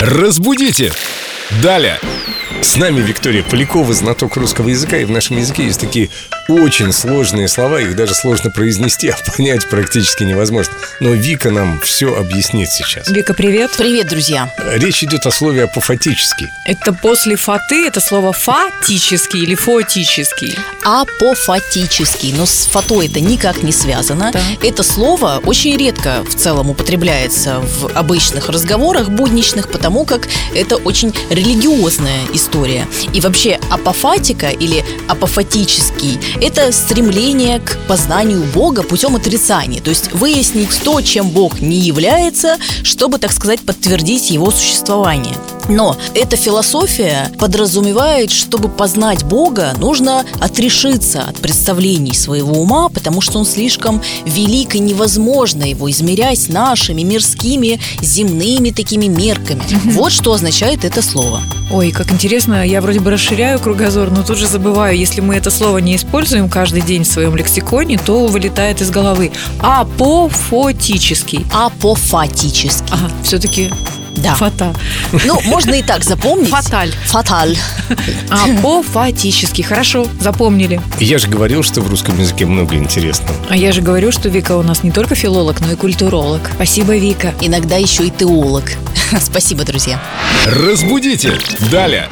Разбудите! Далее! С нами Виктория Полякова, знаток русского языка, и в нашем языке есть такие очень сложные слова, их даже сложно произнести, а понять практически невозможно. Но Вика нам все объяснит сейчас. Вика, привет. Привет, друзья. Речь идет о слове апофатический. Это после фаты, это слово фатический или фотический. Апофатический. Но с фото это никак не связано. Так. Это слово очень редко в целом употребляется в обычных разговорах будничных, потому как это очень религиозная история. И вообще апофатика или апофатический – это стремление к познанию Бога путем отрицания. То есть выяснить то, чем Бог не является, чтобы, так сказать, подтвердить его существование. Но эта философия подразумевает, чтобы познать Бога, нужно отрешиться от представлений своего ума, потому что он слишком велик и невозможно его измерять нашими мирскими, земными такими мерками. Вот что означает это слово. Ой, как интересно, я вроде бы расширяю кругозор, но тут же забываю, если мы это слово не используем каждый день в своем лексиконе, то вылетает из головы. А Апофотический. Апофатический. Ага, все-таки Да. фата. Ну, можно и так запомнить. Фаталь. Фаталь. Апофатический. Хорошо, запомнили. Я же говорил, что в русском языке много интересного. А я же говорю, что Вика у нас не только филолог, но и культуролог. Спасибо, Вика. Иногда еще и теолог. Спасибо, друзья. Разбудите! Далее!